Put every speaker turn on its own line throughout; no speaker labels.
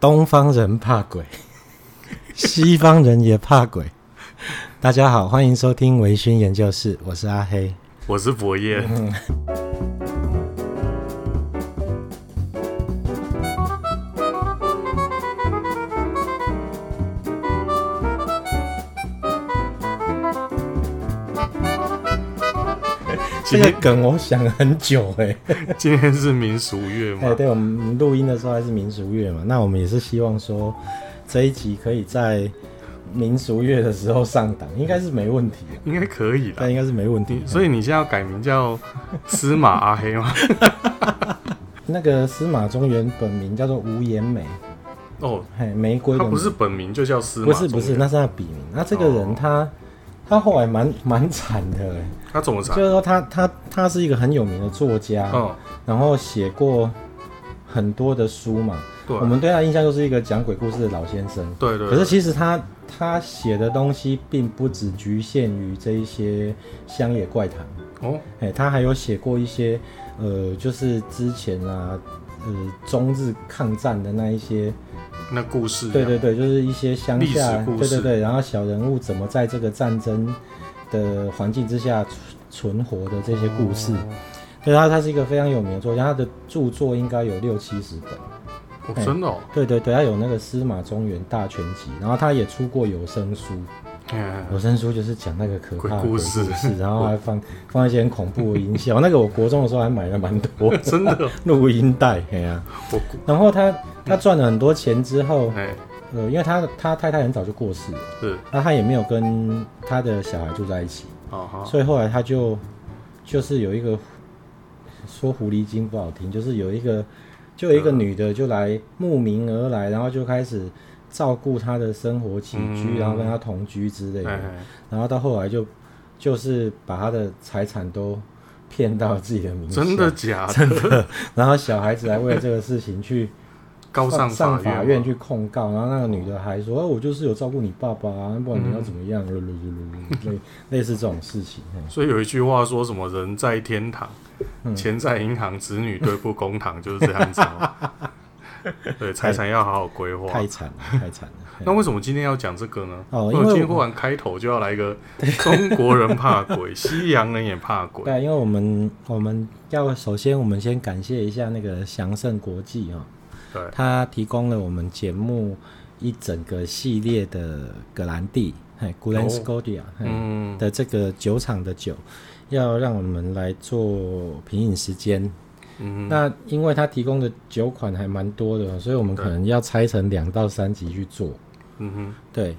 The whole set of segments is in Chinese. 东方人怕 鬼，西方人也怕鬼。大家好，欢迎收听维勋研究室，我是阿黑。
我是博业，
嗯这
今
个
天
梗我想了很久哎、欸，
今天是民俗月
哎，
嘛，
对我们录音的时候还是民俗月嘛，那我们也是希望说这一集可以在民俗月的时候上档，应该是没问题，
应该可以啦
但。应该是没问题
你。所以你现在要改名叫司马阿 黑吗？
那个司马中原本名叫做吴言美，
哦，
嘿，玫瑰
他
的
不
玫
是本名就叫司马
不
中
是
原，
不是，那是他笔名。那这个人他、他后来蛮蛮惨的、欸，
他怎么查
就？是说他他他是一个很有名的作家，
啊嗯，
然后写过很多的书嘛。
对啊，
我们对他印象就是一个讲鬼故事的老先生。
对对，
可是
对
其实他他写的东西并不只局限于这一些乡野怪谈，
哦，
哎，他还有写过一些呃，就是之前啊，呃，中日抗战的那一些
那故事
对
啊
对对，就是一些乡下
历史，故
对
事
对对，然后小人物怎么在这个战争的环境之下存存活的这些故事。对，他他是一个非常有名的作家，他的著作应该有六七十本。
哦，真的哦，
对对对，他有那个《司马中原大全集》，然后他也出过有声书，
嗯
有声书就是讲那个可怕的鬼
鬼故
故
事
事，然后还放放一些很恐怖的音效。那个我国中的时候还买了蛮多
真的哦，
录音带，哎呀、
我 估
然后他他赚了很多钱之后，
哎
呃，因为他他太太很早就过世了。
是，
那他也没有跟他的小孩住在一起，
哦好，
所以后来他就就是有一个说狐狸精不好听，就是有一个就有一个
嗯
女的就来慕名而来，然后就开始照顾他的生活起居，
嗯
然后跟他同居之类
哎
的，
哎，
然后到后来就就是把他的财产都骗到自己的名下，
真的假的？
然后小孩子还为了这个事情去。
高
上
法
法
院
院
吗
去控告，然后那个女的还说：“哦，我就是有照顾你爸爸啊，不然你
嗯
要怎么样？” 类类似这种事情。嗯
所以有一句话说什么“人在天堂，
嗯
钱在银行，子女对簿公堂”，就是这样子、哦。 对，财产要好好规划。
太惨了，太 惨了。
那
嗯
为什么今天要讲这个呢？
哦因为
我
我
今天过完开头就要来一个 中国人怕 鬼，西洋人也怕鬼。
对，因为我们我们要首先我们先感谢一下那个祥盛国际啊、
对，
它提供了我们节目一整个系列的格兰蒂，嘿 g l e n s c o d i a
嗯，
的这个酒厂的酒，要让我们来做品饮时间。
嗯，
那因为它提供的酒款还蛮多的，哦所以我们可能要拆成两到三集去做。
嗯
对，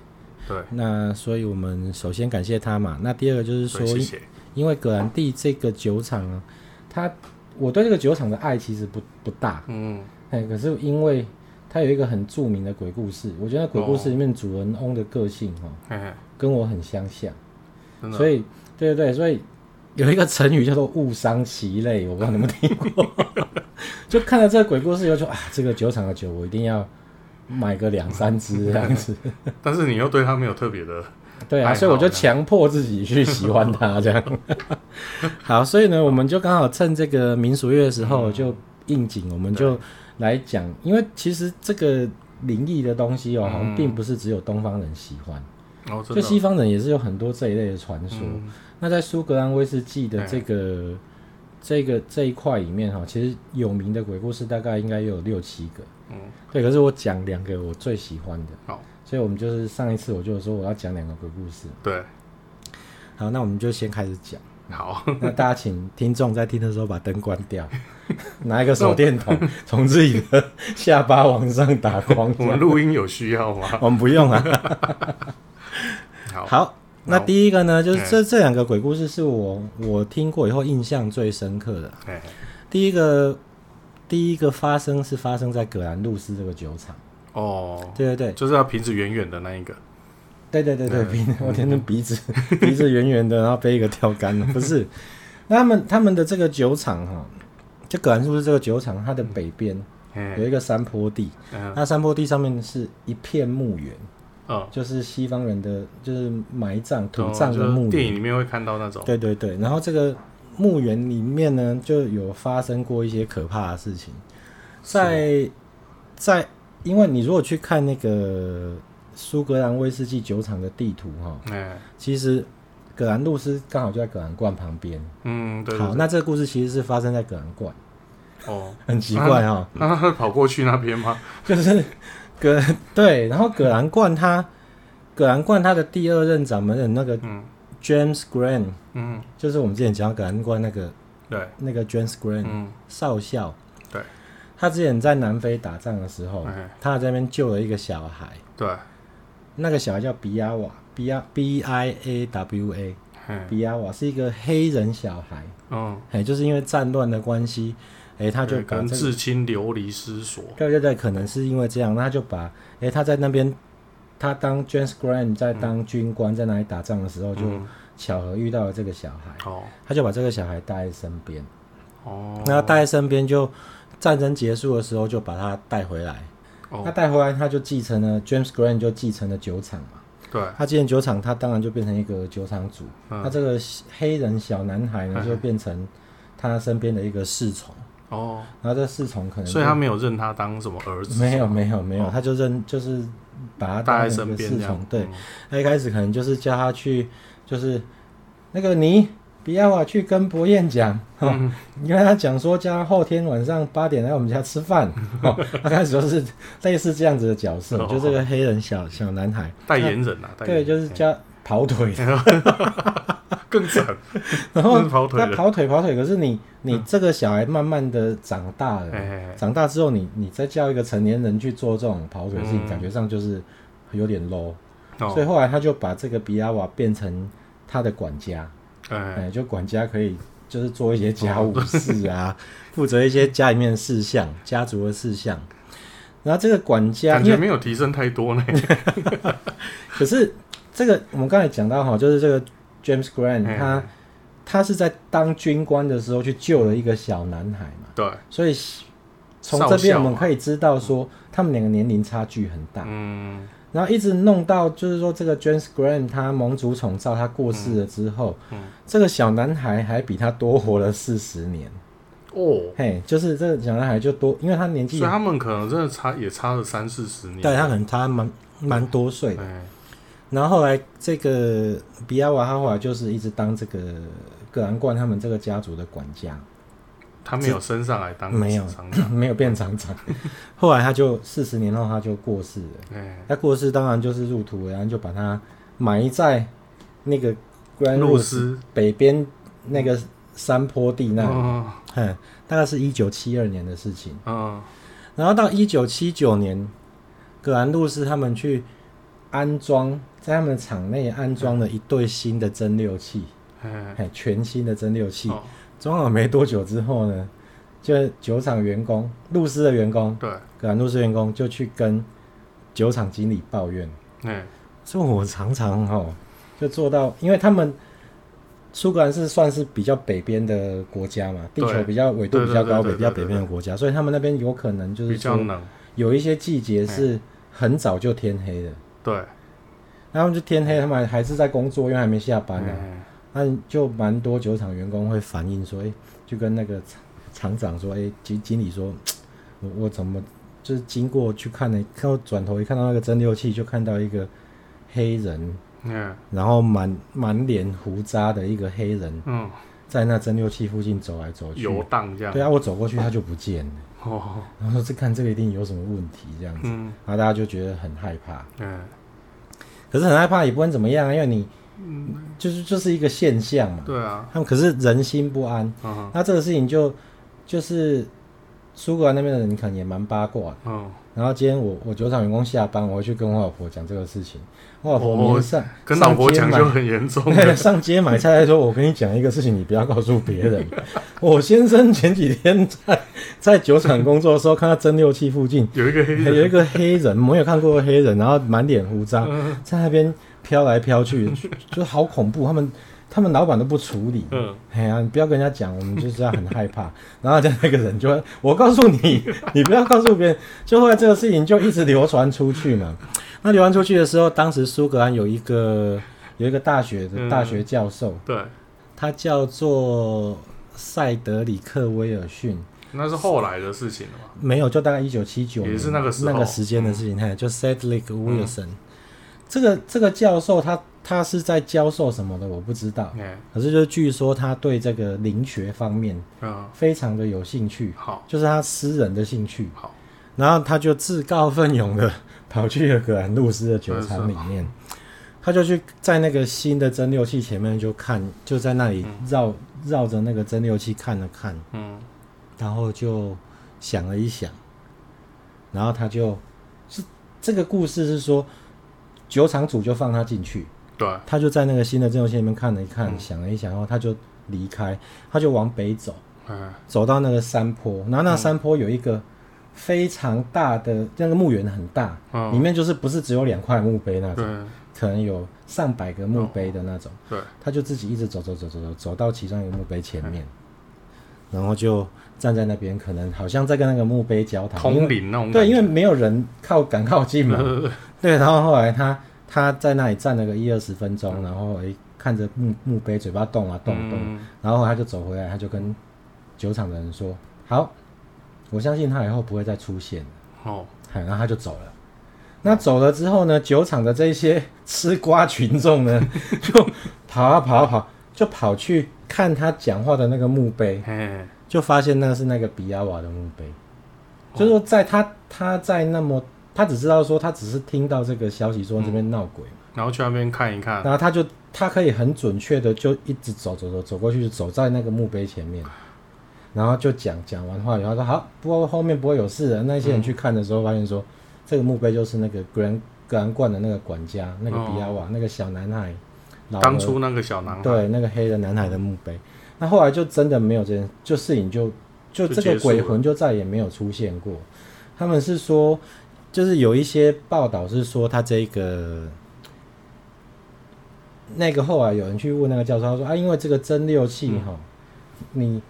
哼，对，
那所以我们首先感谢他嘛。那第二个就是说，
对，谢谢。
因为格兰蒂这个酒厂啊，它我对这个酒厂的爱其实不不大，
嗯，
哎，可是因为它有一个很著名的鬼故事，我觉得鬼故事里面主人翁的个性哦，
嘿嘿，
跟我很相像，
真的。
所以对对对，所以有一个成语叫做误伤其类，我不知道你们听 过。就看了这个鬼故事以后就，啊，这个酒厂的酒我一定要买个两三支这样子。
但是你又对他没有特别的，
对啊，
还好
所以我就强迫自己去喜欢它这样。 好，所以呢，我们就刚好趁这个民俗月的时
嗯
候就应景，我们就来讲，因为其实这个灵异的东西哦，好像并不是只有东方人喜欢，
哦，嗯真
就
的
西
哦，
方人也是有很多这一类的传说。
嗯哎
那在苏格兰威士忌的这个、这个这一块里面哈，哦其实有名的鬼故事大概应该有六七个。
嗯，
对，可是我讲两个我最喜欢的，
好，
所以我们就是上一次我就说我要讲两个鬼故事。
对，
好，那我们就先开始 讲。
好，
那大家请听众在听的时候把灯关 掉，拿一个手电筒从自己的下巴往上 打光。
我们录音有需要吗？
我们不用啊。
好，
好，那
好
第一个呢，就是
嗯
这这两个鬼故事是我我听过以后印象最深刻的。
哎，
第一个第一个发生是发生在葛兰路斯这个酒厂，
哦，
对对对
就是要瓶子远远的那一个，
对对对对， 鼻我天天鼻子鼻子圆圆的，然后背一个钓竿的，不是？ 那他们他们的这个酒厂哈、就葛兰路斯这个酒厂，它的北边有
哎，
一个山坡地，
嗯
那山坡地上面是一片墓园，
嗯，
就是西方人的就是埋葬土
哦
葬
就
的
是
墓
电
园，
影里面会看到那种，
对对对，然后这个墓园里面呢，就有发生过一些可怕的事情，在在因为你如果去看那个苏格兰威士忌酒厂的地图哈、
哎，
其实葛兰路斯刚好就在葛兰冠旁边。
嗯，对
好，
对
那这个故事其实是发生在葛兰冠，
对，哦，
很奇怪哈、
那他会跑过去那边吗？
就是葛对，然后葛兰冠他葛兰冠他的第二任掌门人那个
嗯
James Grant，
嗯，
就是我们之前讲到葛兰冠那个
对，
那个 James Grant、
嗯，
少校，
对，
他之前在南非打仗的时候，
哎，
他在那边救了一个小孩，
对，
那个小孩叫比亚瓦比亚 B I A W A
哎，
比亚瓦是一个黑人小孩，
嗯，
哎，就是因为战乱的关系，哎，他就
对
把
跟
这个
至亲流离失所，
对对对，可能是因为这样，那他就把诶、他在那边，他当 James Grant 在当军官在哪里打仗的时候，就
嗯，
巧合遇到了这个小孩，
哦，
他就把这个小孩带在身边，
哦，
那带在身边就战争结束的时候就把他带回来，那
哦，
带回来他就继承了 James Grant 就继承了酒厂嘛，
对，
他继承酒厂，他当然就变成一个酒厂主，那
嗯，
这个黑人小男孩呢
嗯
就变成他身边的一个侍从，
哦，
然后这侍从可能就
所以他没有认他当什么儿子，
没有没有没有，
哦
他就认就是把他当
带在
成一
身
个
边
侍
这样嗯
从，，对，他一开始可能就是叫他去，就是那个你比亚瓦去跟博彦讲，哦
嗯，
你跟他讲说叫他后天晚上八点来我们家吃饭， 哦，他开始就是类似这样子的角色，
哦
就这个黑人小小男孩，
代言人啊，代言
对，
人
就是叫跑 腿的，
更惨，
然后
真是跑腿
他
人，
跑腿跑腿，可是你你这个小孩慢慢的长大了，
哎，
长大之后你，你再叫一个成年人去做这种跑腿的事情，
嗯
感觉上就是有点 low、所以
哦，
后来他就把这个比亚瓦变成他的管家，哎、
哎，
就管家可以就是做一些家务事
哦
啊， 负责一些家里面的事项、家族的事项。然后这个管家，啊
感
因
觉
为
没有提升太多呢，
可是这个我们刚才讲到哈，就是这个 James Grant
哎
他、他是在当军官的时候去救了一个小男孩嘛，
对，
所以从这
少
边
校啊
我们
嘛
可以知道说他们两个年龄差距很大。
嗯，
然后一直弄到就是说这个 James Graham 他盟主宠照他过世了之后，
嗯嗯
这个小男孩还比他多活了四十年，
哦，
嘿，就是这个小男孩就多，因为他年
所
纪
以，他们可能真的差也差了三四十年，
对他可能他蛮蛮多岁的。
哎，
然后后来这个比亚瓦哈瓦就是一直当这个葛兰冠他们这个家族的管家，
他没有升上来当
没有
厂长，
没有变厂长。后来他就四十年后他就过世了，
哎，
他过世当然就是入土为安，就把他埋在那个 Grand
露丝，
北边那个山坡地那里，
嗯
嗯，大概是一九七二年的事情。
嗯，
然后到一九七九年，葛兰路斯他们去安装在他们厂内安装了一对新的蒸馏器，
哎，
嘿，全新的蒸馏器。
哦，
装好没多久之后呢，就酒厂员工露丝的员工，
对，
葛兰路斯员工就去跟酒厂经理抱怨，
哎，
所以我常常哈、就做到，因为他们苏格兰是算是比较北边的国家嘛，地
对
球比较纬度比较高，
对
北
对对对
比较北边的国家，所以他们那边有可能就是
比较嗯
说
冷，
有一些季节是很早就天黑的，
对，
然后就天
嗯
黑，他们还是在工作，因为还没下班呢、
哎，
那就蛮多酒厂员工会反映说，哎、就跟那个厂厂长说，哎、经经理说，我我怎么就是经过去看了，看到转头一看到那个蒸馏器，就看到一个黑人
哎，
然后满满脸胡渣的一个黑人
嗯，
在那蒸馏器附近走来走去。
游荡这样，
对啊，我走过去他就不见了，
哦，
然后说这看这个一定有什么问题这样子，
嗯，
然后大家就觉得很害怕。
哎，
可是很害怕也不能怎么样啊，因为你就是就是一个现象嘛。
嗯对啊，
他们可是人心不安，
嗯
那这个事情就就是苏格兰那边的人可能也蛮八卦的。
嗯，
然后今天我我酒厂员工下班，我会去跟我老婆讲这个事情，我老婆
哦
明天上、
跟老婆
上街
讲
买
就很严重
对 上街买菜的时候，我跟你讲一个事情，你不要告诉别人。 我先生前几天在在酒厂工作的时候，看到蒸馏器附近
有一 个黑
有
人，
一个黑人，我有看过的黑人，然后满脸胡渣，
嗯
在那边飘来飘去，就就好恐怖。他们他们老板都不处理。
嗯，
哎呀、你不要跟人家讲，我们就是要很害怕。然后就那个人就会，我告诉你，你不要告诉别人。就后来这个事情就一直流传出去嘛。那流传出去的时候，当时苏格兰有一个有一个大学的
嗯
大学教授，
对，
他叫做塞德里克·威尔逊，
那是后来的事情了嘛？
没有，就大概一九七九，
也是那个时候嗯
那个时间的事情。嘿，就 Sedlick Wilson、这个这个教授他，他是在教授什么的，我不知道。
哎，
可是就据说他对这个灵学方面
嗯，
非常的有兴趣，
好，
就是他私人的兴趣。
好，
然后他就自告奋勇的 跑去了葛兰路斯的酒厂里面，他就去在那个新的蒸馏器前面就看，就在那里绕绕着那个蒸馏器看了看，
嗯，
然后就想了一想，然后他就是这个故事是说，酒厂主就放他进去，
对，
他就在那个新的蒸馏器里面看了一看，
嗯
想了一想，然后他就离开，他就往北走，
嗯，
走到那个山坡，然后那山坡有一个非常大的那个墓园很大，
嗯
里面就是不是只有两块墓碑那种，啊
对，
可能有上百个墓碑的那种。
对，
他就自己一直走走走走走，走到其中一个墓碑前面，然后就站在那边，可能好像在跟那个墓碑交谈。因
通
为
灵那种感
对，因为
觉，嗯
没有人靠敢靠近嘛。对，然后后来他他在那里站了个一二十分钟，然后诶看着墓墓碑，嘴巴动啊动啊动啊，
嗯，
然后他就走回来，他就跟酒厂的人说：“好，我相信他以后不会再出现。
哦，”
嗨，然后他就走了。那走了之后呢，酒厂的这些吃瓜群众呢， 就跑啊跑啊跑，就跑去看他讲话的那个墓碑，
嘿，
就发现那是那个比亚瓦的墓碑。就是说，在他他在那么，他只知道说他只是听到这个消息说这边闹鬼，
然后去那边看一看，
然后他就他可以很准确的就一直走走走走过去，走在那个墓碑前面，然后就讲讲完话以后说好，不过后面不会有事的。那些人去看的时候发现说，这个墓碑就是那个格兰格兰冠的那个管家，那个比亚瓦、那个小男孩，老
哦当
了
初那个小男孩，
对那个黑人男孩的墓碑。那后来就真的没有这件，就事情就就
就
这
结
个
束
鬼
了
魂就再也没有出现过。他们是说，就是有一些报道是说他这个。那个后来有人去问那个教授，他说啊，因为这个蒸馏器哈、你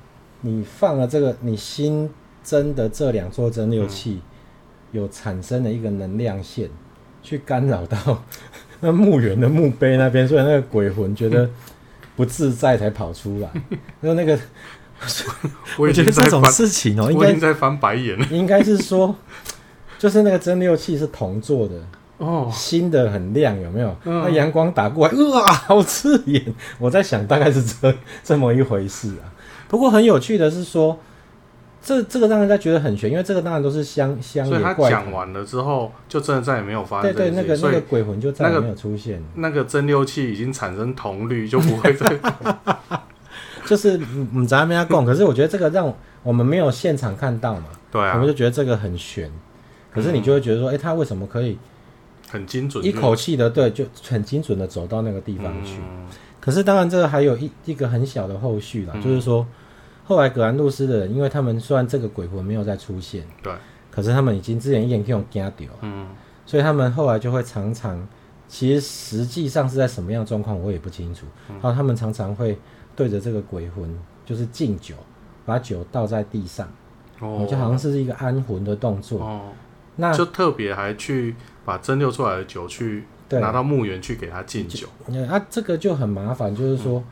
你放了这个你新增的这两座蒸馏器，有产生了一个能量线，去干扰到 那墓园的墓碑那边，所以那个鬼魂觉得不自在才跑出 来。然后那个，
我已
觉
经
得
在
这种
翻，
事情哦、应
我已经
该
在翻白眼了，
应该是说，就是那个蒸馏器是铜做的，
哦，
新的很亮，有没有？
嗯
那阳光打过来，哇，好刺眼！我在想，大概是这 这么一回事啊。不过很有趣的是说，这这个让人家觉得很悬，因为这个当然都是乡乡
所以他
野怪
讲
谈。
完了之后，就真的再也没有发
对
生
对，
这
那
件
个
事情，
那
所
个
以
鬼魂就再也
那个
没有出现了，
那个蒸馏器已经产生铜绿，就不 会再，
就是嗯，咱们要 供。可是我觉得这个让我我们没有现场看到嘛，
对
我
啊
们，就觉得这个很悬。可是你就会觉得说，哎、他为什么可以
很精准，
一口气的对，就很精准的走到那个地方去？
嗯
可是当然，这个还有一一个很小的后续啦，
嗯
就是说，后来葛兰路斯的人，因为他们虽然这个鬼魂没有再出现，
对，
可是他们已经之前眼睛有惊掉，
嗯，
所以他们后来就会常常，其实实际上是在什么样的状况我也不清楚，
嗯
然后他们常常会对着这个鬼魂就是敬酒，把酒倒在地上，
哦，
就好像是一个安魂的动作。
哦，
那
就特别还去把蒸馏出来的酒去
对
拿到墓园去给他敬酒，
那、啊、这个就很麻烦，就是说，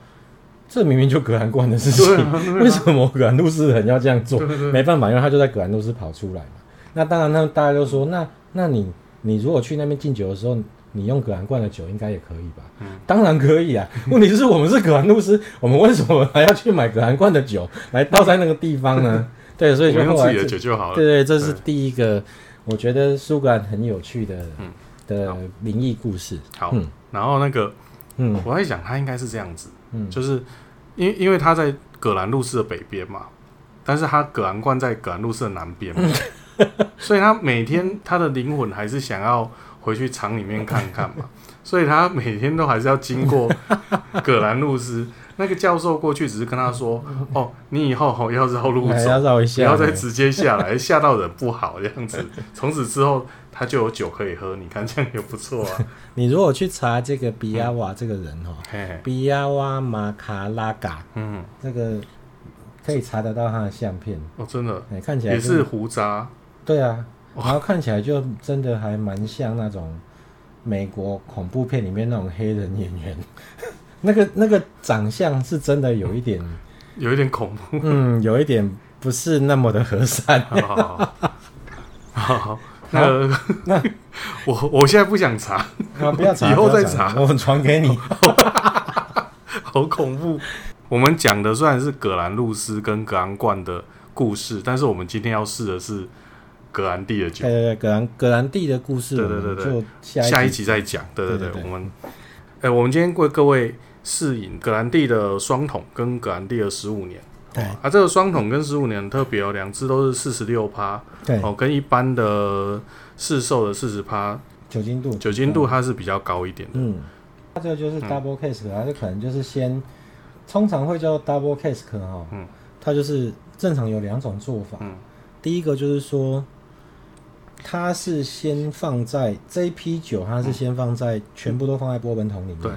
这明明就葛兰冠的事情
嗯对，啊，
为什么葛兰路斯人要这样做？
对对对
没办法，因为他就在葛兰路斯跑出来嘛。那当然，那大家就说，那那你你如果去那边敬酒的时候，你用葛兰冠的酒应该也可以吧？
嗯
当然可以啊。问题是我们是葛兰路斯，我们为什么还要去买葛兰冠的酒来倒在那个地方呢？对，所以
我
就
们用
后
自
来
己的
这
酒就好了
对。对，这是第一个，我觉得苏格兰很有趣的、
嗯
的灵异故事。
好
嗯，
然后那个
嗯
我在想，他应该是这样子，
嗯
就是因为因为他在葛兰路斯的北边嘛，但是他葛兰冠在葛兰路斯的南边嘛，
嗯
所以他每天他的灵魂还是想要回去厂里面看看 嘛，所以他每天都还是要经过葛兰路斯。 那个教授过去只是跟他说：“哦，你以后哦要绕路
嗯还要
走，
绕一
不
下呢，
要再直接下 来，吓到人不好这样子。”从此之后，他就有酒可以喝，你看这样也不错啊。
你如果去查这个比亚瓦这个人哈、哦，
嘿嘿，
比亚瓦马卡拉嘎
嗯，
这个可以查得到他的相片，
哦，真的
哎、看起来
也
就是
胡渣，
对啊，然后看起来就真的还蛮像那种美国恐怖片里面那种黑人演员， 那个那个长相是真的有一点，
有一点恐怖。
嗯，有一点不是那么的和 善。
好好好，好，那那 我我现在不想查，
啊，不要查，
以后
不要
再
查，
查
我传给 你。
好恐怖。我们讲的虽然是葛兰路斯跟葛兰冠的故事，但是我们今天要试的是葛兰蒂的酒
对，对对，哎葛兰葛兰蒂的故事，
对对对对
我们就
下
下
一
一
集再讲。对对对，
对对对
我们，哎、我们今天为各位试饮葛兰蒂的双桶跟葛兰蒂的十五年。
对
啊，这个双桶跟十五年很特别哦，两支都是四十六趴
对
哦，跟一般的市售的四十趴，
酒精度，
酒精度它是比较高一点的。
嗯，它这个就是
嗯
double cask，它就可能就是先，通常会叫 double cask 哈，
嗯，
它就是正常有两种做法，
嗯，
第一个就是说，它是先放在这一批酒，它是先放在全部都放在波本桶里面，
嗯对，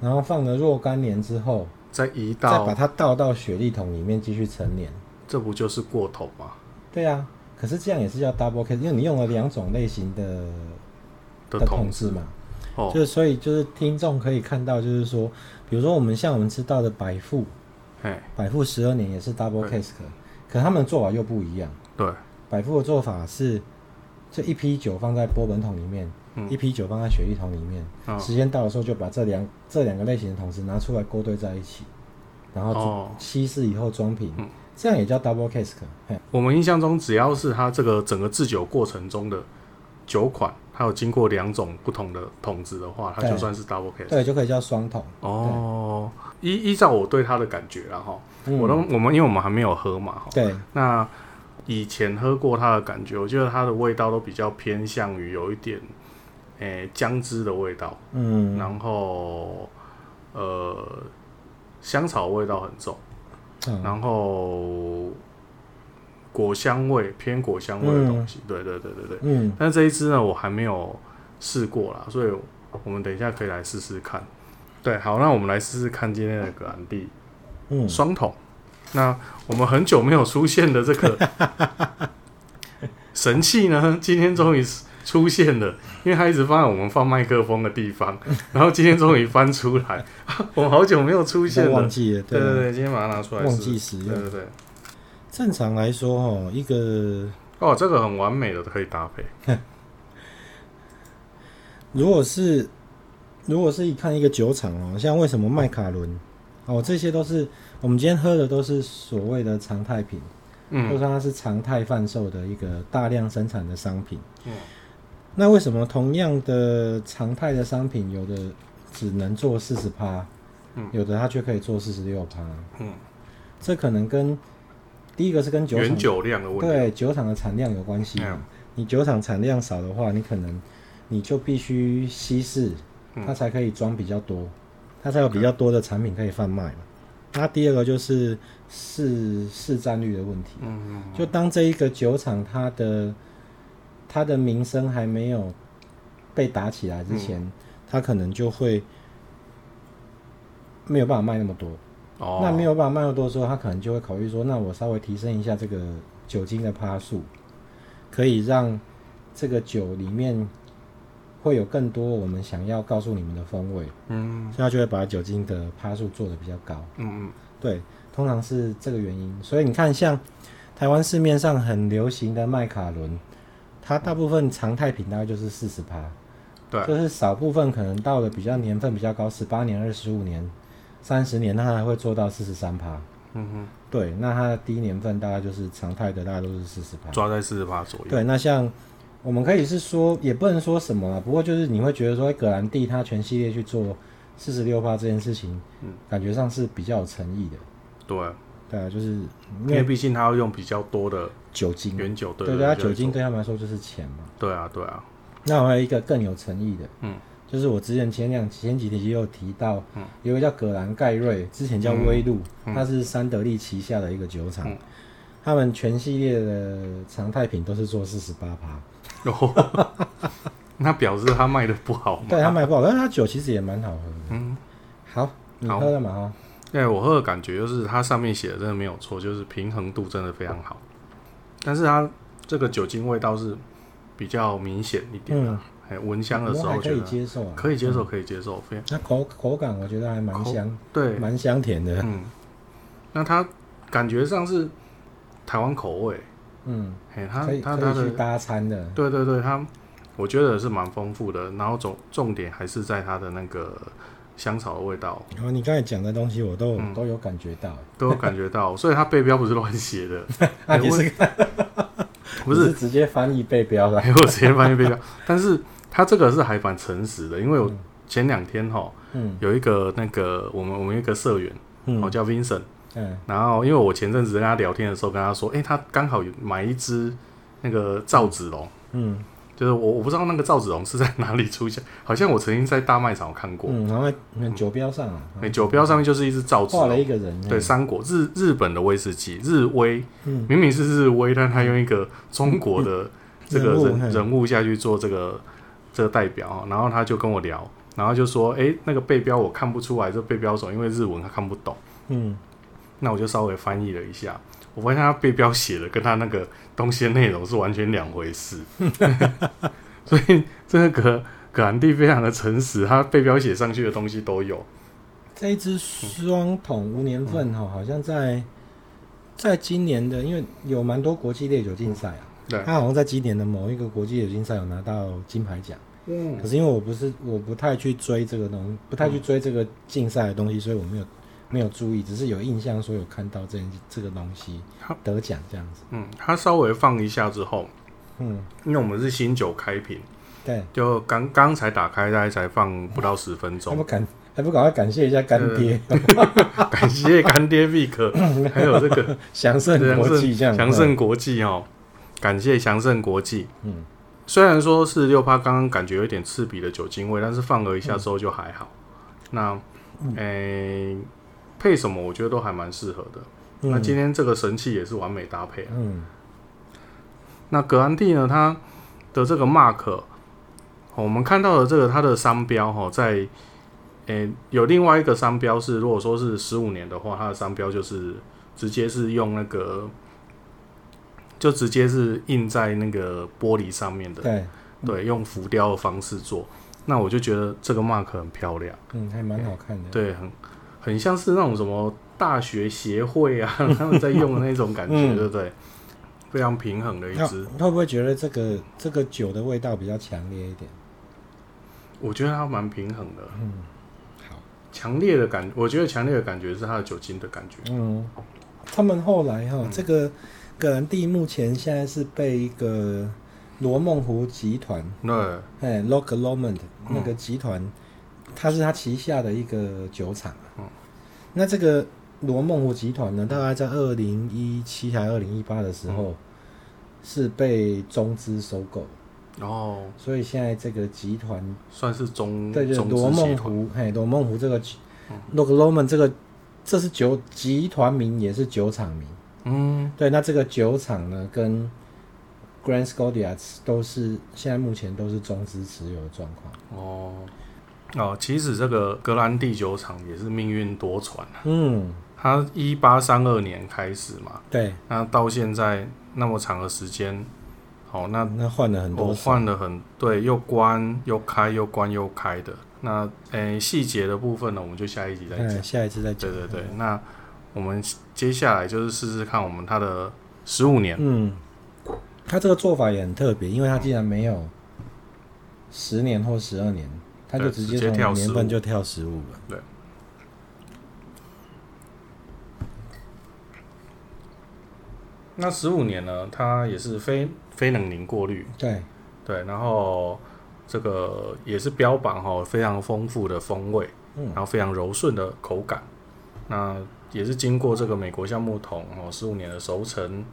然后放了若干年之后，
再移
再把
到，
它倒到雪莉桶里面继续陈年，
这不就是过头吗？
对啊，可是这样也是叫 double cask，因为你用了两种类型的
的
桶
桶
子嘛，
哦，
就是所以就是听众可以看到，就是说，比如说我们像我们吃到的百富，
哎，
百富十二年也是 double
对
cask，可他们做法又不一样。
对，
百富的做法是，这一批酒放在波本桶里面，
嗯
一批酒放在雪莉桶里面，
嗯
时间到的时候就把这两这两个类型的桶子拿出来勾兑在一起，然后
哦，
稀释以后装瓶，
嗯
这样也叫 double cask 嘿。
我们印象中，只要是它这个整个制酒过程中的酒款，它有经过两种不同的桶子的话，它
对
就算是 double case。
对，就可以叫双桶。
哦，依依照我对它的感觉啦，然后
嗯
我都我们因为我们还没有喝嘛哈，
对
那以前喝过它的感觉，我觉得它的味道都比较偏向于有一点，诶、姜汁的味道，
嗯，
然后呃香草味道很重，
嗯
然后果香味偏果香味的东西，对对对对对。
嗯，
但是这一支呢，我还没有试过啦，所以我们等一下可以来试试看。对，好，那我们来试试看今天的格兰蒂
嗯，
双桶。那我们很久没有出现的这个 神器呢，今天终于出现了，因为它一直放在我们放麦克风的 地方，然后今天终于翻出来， 我们好久没有出现
都忘
了。
记了，
对
啊
对对，今天把它拿出来试。
忘记使用
对对对，
正常来说，哦，一个
哦，这个很完美的可以搭配。
如果是如果是一看一个酒厂哦，像为什么麦卡伦哦，这些都是我们今天喝的都是所谓的常态品，或者
嗯
说它是常态贩售的一个大量生产的商品。
嗯
那为什么同样的常态的商品，有的只能做四十趴
嗯，
有的它却可以做四十六趴？
嗯，
这可能跟第一个是跟酒厂
原酒量的问题。
对酒厂的产量有关系嘛
嗯
你酒厂产量少的话，你可能你就必须稀释，嗯
嗯
它才可以装比较多，它才有比较多的产品可以贩卖嘛。那第二个就是市市占率的问题，
嗯嗯
就当这一个酒厂它的它的名声还没有被打起来之前，它可能就会没有办法卖那么多。
哦，
那没有办法卖得多的时候，他可能就会考虑说，那我稍微提升一下这个酒精的趴数，可以让这个酒里面会有更多我们想要告诉你们的风味，
嗯
所以他就会把酒精的趴数做得比较高。
嗯嗯
对，通常是这个原因。所以你看，像台湾市面上很流行的麦卡伦，它大部分常态品大概就是四十趴，
对，
就是少部分可能到了比较年份比较高，十八年、二十五年、三十年，那它还会做到四十三趴。
嗯
对，那它的低年份大概就是常态的，大概都是四十趴
嗯，。抓在四十八左右。
对，那像我们可以是说，也不能说什么啦，不过就是你会觉得说，哎葛兰蒂它全系列去做四十六趴这件事情，
嗯
感觉上是比较有诚意的。
对，
对啊，就是因
因为
为
毕竟它要用比较多的
酒精，
原酒，
对
对
它
对，
酒精对他们来说就是钱嘛。
对啊对啊，
那我还有一个更有诚意的，
嗯，
就是我之前前两前几集也有提到，
嗯
有一个叫葛兰盖瑞，之前叫
嗯
威露，
嗯
它是三得利旗下的一个酒厂，
嗯
他们全系列的常态品都是做四十八趴，
哦， 那表示它卖的不好嘛？
对，它卖不好，但是它酒其实也蛮好喝的。
嗯，
好，你
好
喝了嘛？哈，
对我喝的感觉就是它上面写的真的没有错，就是平衡度真的非常好，但是它这个酒精味道是比较明显一点的
嗯，
哎，闻香的
我
时
还
候
可
觉
以
得
接受啊，
可以接受，
嗯。
可以接受，非
那口口感我觉得还蛮
口
香，
对，嗯
蛮香甜的。
嗯，那它感觉上是台湾口味，哎
嗯，
嘿，它
可以
它
可
它
以去
的
搭餐的，
对对对，它我觉得是蛮丰富的。然后重重点还是在它的那个香草的味道，
然后你刚才讲的东西我都有、
嗯
都有感觉到，
都有感觉到， 所以它背标不是乱写 的，
那
哎
你
我
是
不
你
是
是直接翻译背标了，
还有直接翻译背标， 但是它这个是还蛮诚实的，因为我前两天哈
嗯
有一个那个我们我们有一个社员，我
嗯
叫 Vincent，
嗯
然后因为我前阵子跟他聊天的时候跟他说，诶，他刚好有买一只那个赵子龙，
嗯
就是我我不知道那个赵子龙是在哪里出现，好像我曾经在大卖场有看过，
嗯，然后那酒标上啊，
诶，酒标上面就是一只赵子
画了一
龙。
个人，哎
对，三国日日本的威士忌，日威
嗯
明明是日威，但他用一个中国 的这个
人物
人
嘿
人物下去做这个这个代表哦，然后他就跟我聊，然后就说，诶，那个背标我看不出来这背标什么，因为日文他看不懂。
嗯
那我就稍微翻译了一下，我发现他背标写的跟他那个东西的内容是完全两回事， 所以这个葛兰蒂非常的诚实，他背标写上去的东西都有。
这一支双桶无年
嗯
份哈、好像在在今年的，因为有蛮多国际烈酒竞赛啊，
对，
它好像在今年的某一个国际烈酒竞赛有拿到金牌奖。
嗯
可是因为我不是我不太去追这个东，不太去追这个竞赛的东西，所以我没有没有注意，只是有印象说有看到这件这个东西
好
得奖这样子。
嗯，他稍微放一下之后，
嗯，
因为我们是新酒开瓶，
对，
就刚刚才打开，大概才放不到十分
还不
钟。
感还不赶快感谢一下干爹，
感谢干爹 Vic，还有这 个
祥盛
祥
国际
盛
这样。
祥盛国际哦，感谢祥盛国际。
嗯，
虽然说是六趴，刚刚感觉有点刺鼻的酒精味，但是放了一下之后就还好。
嗯
那，诶、配什么我觉得都还蛮适合的。
嗯
那今天这个神器也是完美搭配啊。
嗯
那格兰蒂呢，它的这个 mark，哦我们看到的这个它的商标哈、哦，在诶、有另外一个商标是，如果说是十五年的话，它的商标就是直接是用那个，就直接是印在那个玻璃上面的。
对，
对，用浮雕的方式做。那我就觉得这个 mark 很漂亮，
嗯，还蛮好看的。
对，很很像是那种什么大学协会啊， 他们在用的那种感觉，
嗯
对不对？非常平衡的一
那
支，
会不会觉得这个这个酒的味道比较强烈一点？
我觉得它蛮平衡的。
嗯，好，
强烈的感，我觉得强烈的感觉是它的酒精的感觉。
嗯，他们后来
嗯
哈，这个葛兰蒂目前现在是被一个罗梦湖集团，
那
哎 l o c k l o m o n d
嗯
那个集团，它是它旗下的一个酒厂啊。
嗯
那这个罗梦湖集团呢，大概在二零一七还二零一八的时候，
嗯
是被中资收购，
然后
所以现在这个集团
算是中
对对，
嗯中
罗
资集
梦
团，嗯
湖，嘿，罗梦湖这个 l o c k l o m o n 这个，这是酒集团名，也是酒厂名。
嗯
对，那这个酒厂呢，跟 Grand Scotia 都是现在目前都是中资持有的状况。
哦哦，其实这个格兰蒂酒厂也是命运多舛啊。
嗯，
它一八三二年开始嘛，
对，
那到现在那么长的时间，好、那
那换了很
我
多次，
换了很对，又关又开，又关又开的。那诶，细节的部分呢，我们就下一集再讲。
嗯，下一次再讲
对。对对，那我们接下来就是试试看我们它的十五年，
嗯，他这个做法也很特别，因为他既然没有十年或十二年，他就
对
直
直
接
接
从
跳
年
15
份就跳十五了。
对。那十五年呢，它也是非非冷凝过滤，
对，
对，然后这个也是标榜哈、非常丰富的风味，
嗯
然后非常柔顺的口感。那也是经过这个美国橡木桶哦十五年的熟成。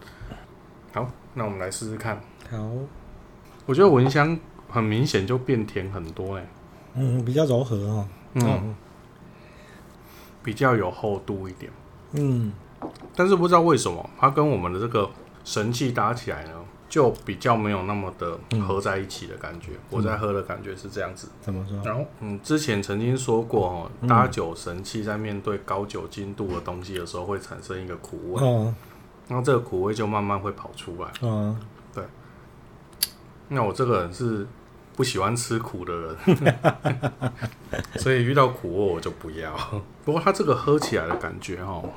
好，那我们来试试看。
好，
我觉得蚊香很明显就变甜很多哎、
嗯，比较柔和哦。
嗯，比较有厚度一点。
嗯，
但是不知道为什么它跟我们的这个神器搭起来呢，就比较没有那么的合在一起的感觉。我在喝的感觉是这样子。
怎么说？
然后，嗯，之前曾经说过哦，搭酒神器在面对高酒精度的东西的时候，会产生一个苦味，
哦，
那这个苦味就慢慢会跑出来。
哦，
那我这个人是不喜欢吃苦的人，所以遇到苦味我就不要。不过它这个喝起来的感觉哦，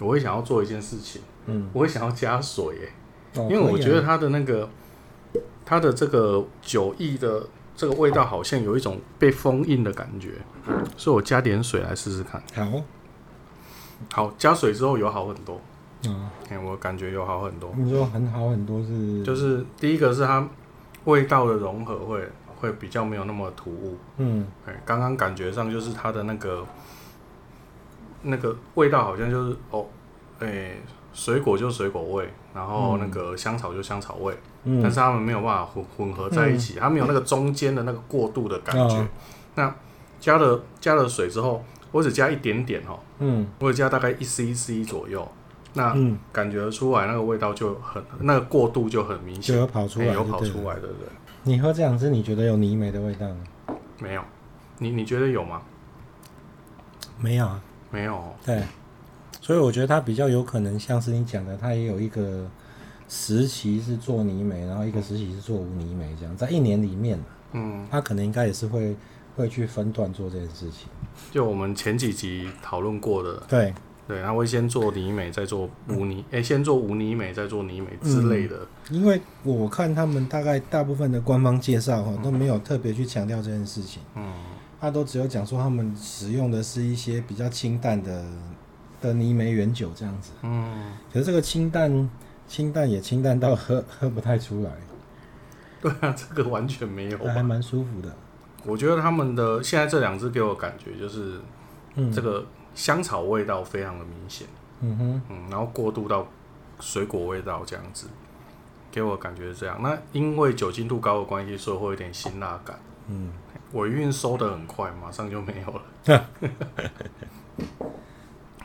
我会想要做一件事情，
嗯，
我会想要加水、欸，
哦
因为我
可以啊
觉得它的那个它的这个酒意的这个味道，好像有一种被封印的感觉，所以我加点水来试试看。
好，哦
好，加水之后有好很多，
嗯，
哎、我感觉有好很多。
你说很好很多是，
就是第一个是它味道的融合会会比较没有那么突兀，
嗯
哎、刚刚感觉上就是它的那个那个味道好像就是哦，哎、水果就水果味，然后那个香草就香草味，但
嗯
是他们没有办法混混合在一起，它没有那个中间的那个过渡的感觉。
哦
那加了加了水之后，我只加一点点哦，
嗯
我只加大概一 cc 左右，那
嗯，
感觉出来那个味道就很，那个过渡就很明
就
显，
有跑出来，
哎有跑
对
出
了。
来的人
你喝这两支，你觉得有泥煤的味道吗？
没有？你你觉得有吗？
没有啊，
没有哦，
对，所以我觉得它比较有可能像是你讲的，它也有一个时期是做泥煤，然后一个时期是做无泥煤，这样在一年里面，
嗯，
它可能应该也是会会去分段做这件事情。
就我们前几集讨论过的，
对，
对，他会先做泥美，再做无泥，哎、先做无泥美，再做泥美
嗯
之类的，
因为我看他们大概大部分的官方介绍哈都没有特别去强调这件事情，
嗯
他都只有讲说他们使用的是一些比较清淡的的泥煤原酒这样子。
嗯，
可是这个清淡清淡也清淡到喝喝不太出来，
对啊，这个完全没有
还
吧？
蛮舒服的。
我觉得他们的现在这两支给我感觉就是
嗯，
这个香草味道非常的明显。
嗯哼，
嗯，然后过渡到水果味道这样子，给我感觉是这样。那因为酒精度高的关系，所以会有点辛辣感。
嗯，
尾韵收的很快，马上就没有了。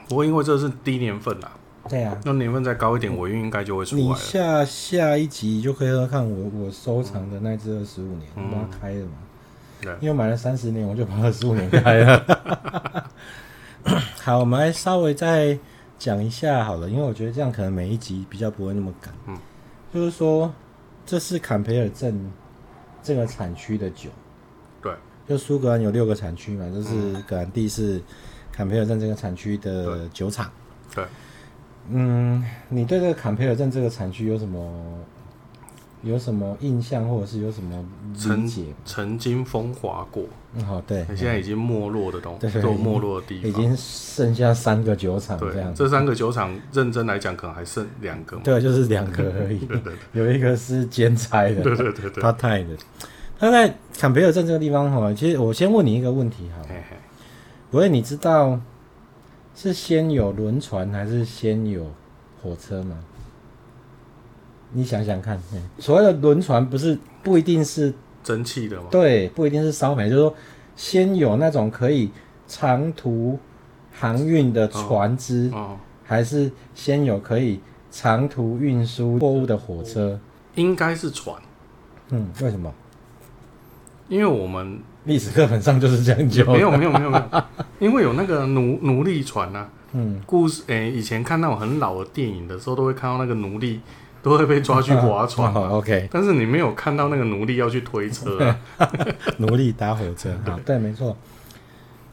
不过因为这是低年份啦，
对啊。
那年份再高一点，尾韵应该就会出
你
来了。
下下一集就可以喝喝看我我收藏的那只二十五年，
嗯
我把它开了嘛，
对
因为我买了三十年，我就把二十五年开了。 好，我们来稍微再讲一下好了，因为我觉得这样可能每一集比较不会那么赶。
嗯，
就是说这是坎培尔镇这个产区的酒，
对，嗯
就苏格兰有六个产区嘛，就是格兰蒂是坎培尔镇这个产区的
对
酒厂。
对，
嗯，你对这个坎培尔镇这个产区有什么有什么印象，或者是有什么理
曾
解？
曾经风华过，
嗯，好，对，
现在已经没落的东，
对
都有没落的地
已
方。
经剩下三个酒厂这
对，
样，
这三个酒厂认真来讲，可能还剩两个嘛。
对，就是两个而已，
对对
有一个是兼差的，
对对对对，
他太的。他在坎培尔镇这个地方哈，其实我先问你一个问题哈，
嘿嘿，
不会你知道是先有轮船还是先有火车吗？你想想看，嘿所谓的轮船不是不一定是
蒸汽的嘛，
对，不一定是烧煤，就是说先有那种可以长途航运的船只，
哦，
还是先有可以长途运输货物的火车？
应该是船，
嗯，为什么？
因为我们
历史课本上就是这样
也
教。
没有没有没有没有，因为有那个奴奴隶船啊，
嗯，
故事诶、以前看那种很老的电影的时候，都会看到那个奴隶都会被抓去划 船
好、
嘛。
o k
但是你没有看到那个奴隶要去推车、 啊，
奴隶搭火车。 好，对，没错。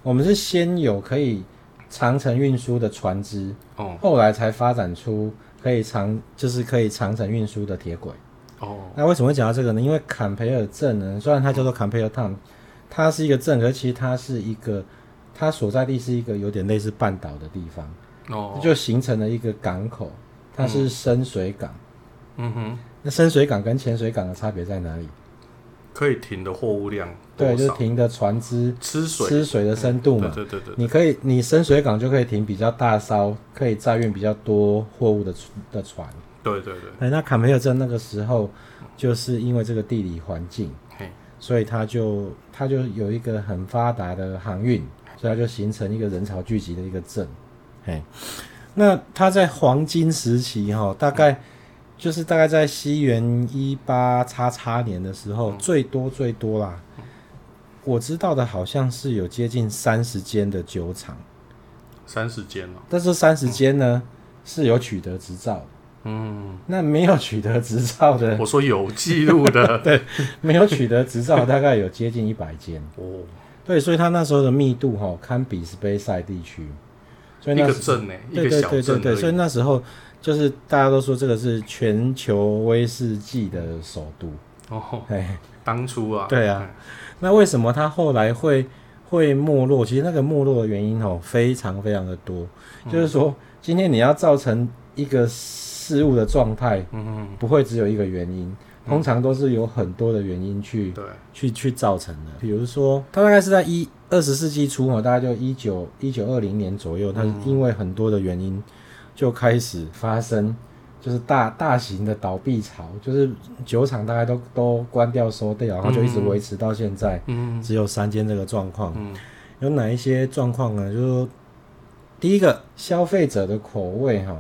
我们是先有可以长程运输的船只，
哦
后来才发展出可以长，就是可以长程运输的铁轨。
哦，
那为什么会讲到这个呢？因为坎培尔镇呢，虽然它叫做坎培尔 town，它是一个镇，可是其实它是一个，它所在地是一个有点类似半岛的地方，
哦，
就形成了一个港口，它是深水港。
嗯哼，
那深水港跟浅水港的差别在哪里？
可以停的货物量多
对，就是
少？
停的船只
吃水，嗯
吃水的深度嘛。
对对对对，
你可以，你深水港就可以停比较大艘，可以载运比较多货物的船的船。
对对对，
哎，那坎培尔镇那个时候，就是因为这个地理环境，
嘿，
所以它就它就有一个很发达的航运，所以它就形成一个人潮聚集的一个镇。嘿，那它在黄金时期哈、大概就是大概在西元一八叉叉年的时候，最多最多啦，我知道的好像是有接近三十间的酒厂，
三十间哦了，
但是三十间呢是有取得执照的，
嗯，
那没有取得执照的，
我说有记录 的，对，
没有取得执照大概有接近一百间。
哦，
对，所以它那时候的密度哈、堪比是杯赛地区，所以
一
那
个
时候
镇呢、一
对
个
对
小
对对
镇
对，所以
而已。
那时候就是大家都说这个是全球威士忌的首都。
哦，
哎，
当初啊，
对啊那为什么它后来会会没落？其实那个没落的原因哦，非常非常的多。
嗯
就是说，今天你要造成一个事物的状态，
嗯，
不会只有一个原因，通常都是有很多的原因去
嗯，对，
去去造成的。比如说，它大概是在一二十世纪初哦，大概就一九一九二零年左右，它是
嗯
因为很多的原因就开始发生，就是大大型的倒闭潮，就是酒厂大概都都关掉收掉，然后就一直维持到现在，
嗯
只有三间这个状况。
嗯
有哪一些状况呢？就是说，第一个消费者的口味哈，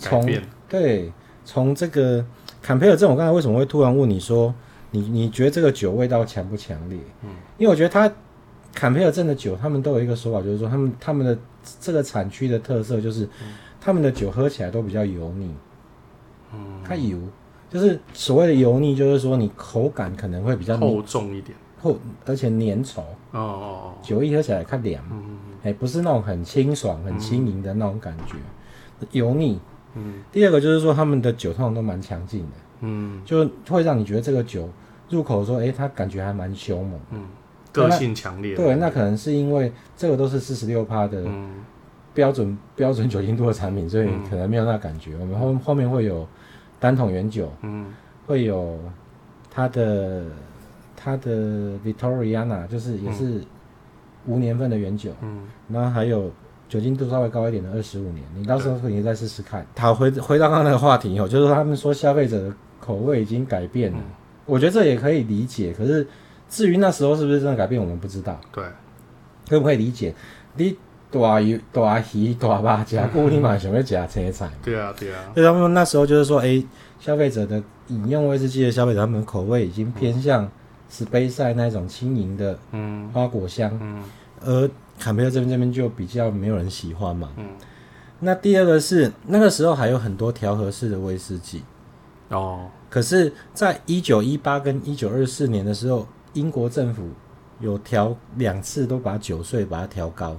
改
从
变
对从这个坎佩尔镇，我刚才为什么会突然问你说，你你觉得这个酒味道强不强烈？
嗯，
因为我觉得它坎佩尔镇的酒，他们都有一个说法，就是说他们他们的这个产区的特色就是、他们的酒喝起来都比较油腻，
嗯，
它油。就是所谓的油腻，就是说你口感可能会比较黏
厚重一点。
厚，而且粘稠，
哦哦哦，
酒一喝起来它凉。
嗯
哎、不是那种很清爽、很轻盈的那种感觉，油腻。
嗯
第二个就是说，他们的酒通常都蛮强劲的，
嗯
就会让你觉得这个酒入口说，哎、它感觉还蛮凶猛。
嗯，个性强烈。
对，那可能是因为这个都是四十六趴的
嗯
标准、标准酒精度的产品，所以可能没有那感觉。我们后后面会有单桶原酒，
嗯
会有它的它的 Victoriana，就是也是无年份的原酒。
嗯
然后还有酒精度稍微高一点的二十五年，你到时候可以再试试看。好，回回到刚刚那个话题哦，就是他们说消费者的口味已经改变了，
嗯
我觉得这也可以理解。可是至于那时候是不是真的改变，我们不知道，
对，
可不可以理解？你大鱼、大鱼、大肉吃久，你嘛想要吃青菜嘛。
对啊对啊，
所以他们那时候就是说，哎、消费者的饮用威士忌的消费者，他们的口味已经偏向史杯赛那种轻盈的
嗯
花果香，
嗯
而坎培尔这边这边就比较没有人喜欢嘛。
嗯，
那第二个是那个时候还有很多调和式的威士忌，
哦，
可是，在一九一八跟一九二四年的时候，英国政府有调两次，都把酒税把它调高。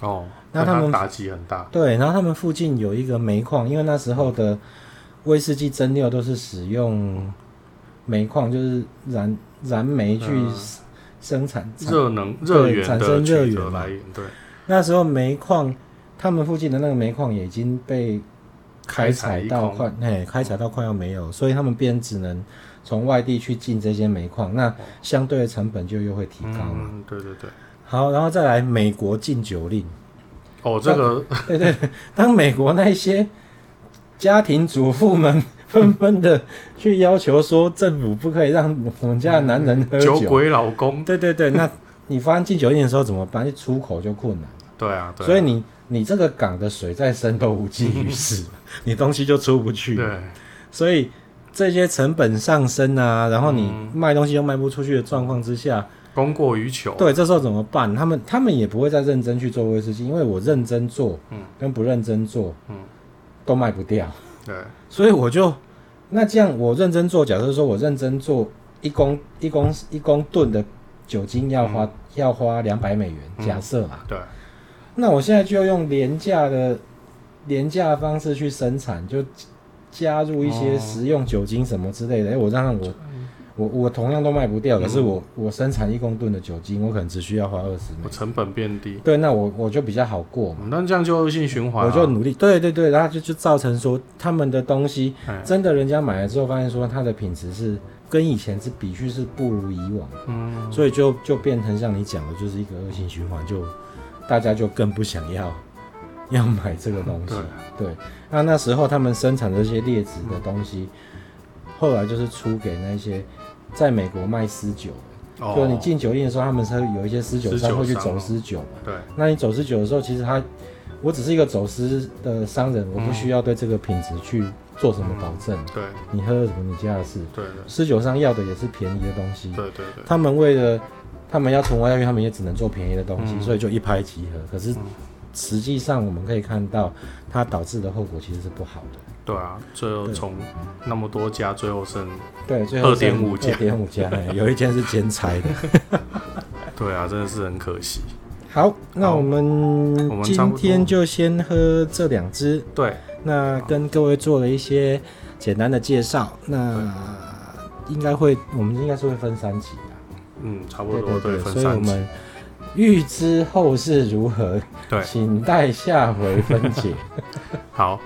哦，
那他们
它打击很大，
对，然后他们附近有一个煤矿，因为那时候的威士忌蒸馏都是使用煤矿，就是燃燃煤去
嗯
生产。
热能热源
产
的
生热
取
源
得
嘛
来源，对，
那时候煤矿，他们附近的那个煤矿也已经被开采
一
到
空
快，哎，开采到快要没有，所以他们便只能从外地去进这些煤矿，那相对的成本就又会提高嘛。
嗯，对对对，
好，然后再来美国禁酒令，
哦，这个
对对，当美国那些家庭主妇们纷纷的去要求说，政府不可以让我们家的男人喝
酒
酒，
鬼老公，
对对对，那你发现禁酒令的时候怎么办？出口就困难。
对啊，对啊，
所以你你这个港的水再深都无济 于事，你东西就出不去。
对，
所以这些成本上升啊，然后你
嗯
卖东西又卖不出去的状况之下，
供过于求，
对，这时候怎么办？他们他们也不会再认真去做威士忌，因为我认真做，
嗯
跟不认真做，
嗯
都卖不掉。
对，
所以我就那这样，我认真做，假设说我认真做一公一公一公吨的酒精要花、要花两百美元，
嗯
假设啊，
对，
那我现在就用廉价的廉价的方式去生产，就加入一些
哦
食用酒精什么之类的。哎、我让我我我同样都卖不掉，可是我我生产一公吨的酒精，我可能只需要花二十美
我。成本变低，
对，那我我就比较好过嘛，
嗯那这样就恶性循环啊，
我就努力。对对对，然后就就造成说他们的东西
哎
真的人家买了之后，发现说它的品质是跟以前是比去是不如以往，
嗯
所以就就变成像你讲的，就是一个恶性循环，就大家就更不想要要买这个东西
对。，
对，那那时候他们生产的这些劣质的东西，后来就是出给那些在美国卖私酒的，
哦，
就你进酒店的时候，他们是有一些私酒
私
商
酒
会去
商
走
哦
私酒嘛。
对，
那你走私酒的时候，其实他，我只是一个走私的商
嗯
人，我不需要对这个品质去做什么保证，
对
你喝了什么你家的事。
对对
私酒商要的也是便宜的东西，
对对对，
他们为了他们要存活下去，他们也只能做便宜的东西，
嗯
所以就一拍即合。可是实际上我们可以看到，它导致的后果其实是不好的。
对啊，最后
对
从那么多家最后剩，
对，最后
2.5家
二点五家，哎有一间是兼差的。
对啊，真的是很可惜。
好，那
好
我们
们
今
差不多
天就先喝这两支，
对，
那跟各位做了一些简单的介绍，那应该会，我们应该是会分三期啊，
嗯，差不
对
多，
对对，
分
所以我
三期，
们预知后事如何，
对，
请待下回分 解。
好，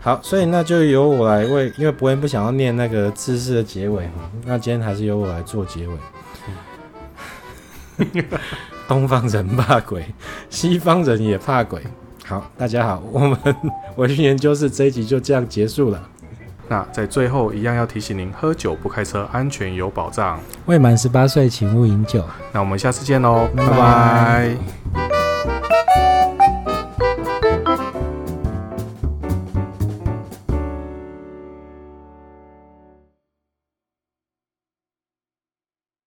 好，所以那就由我来为，因为博彦不想要念那个知识的结尾哈，那今天还是由我来做 结尾。东方人怕鬼， 西方人也怕鬼。好，大家好，我们 我去研究室这一集就这样结束了。
那在最后一样要提醒您，喝酒不开车，安全有保障。
未满十八岁，请勿饮酒。
那我们下次见喽，哦
拜
拜
拜
拜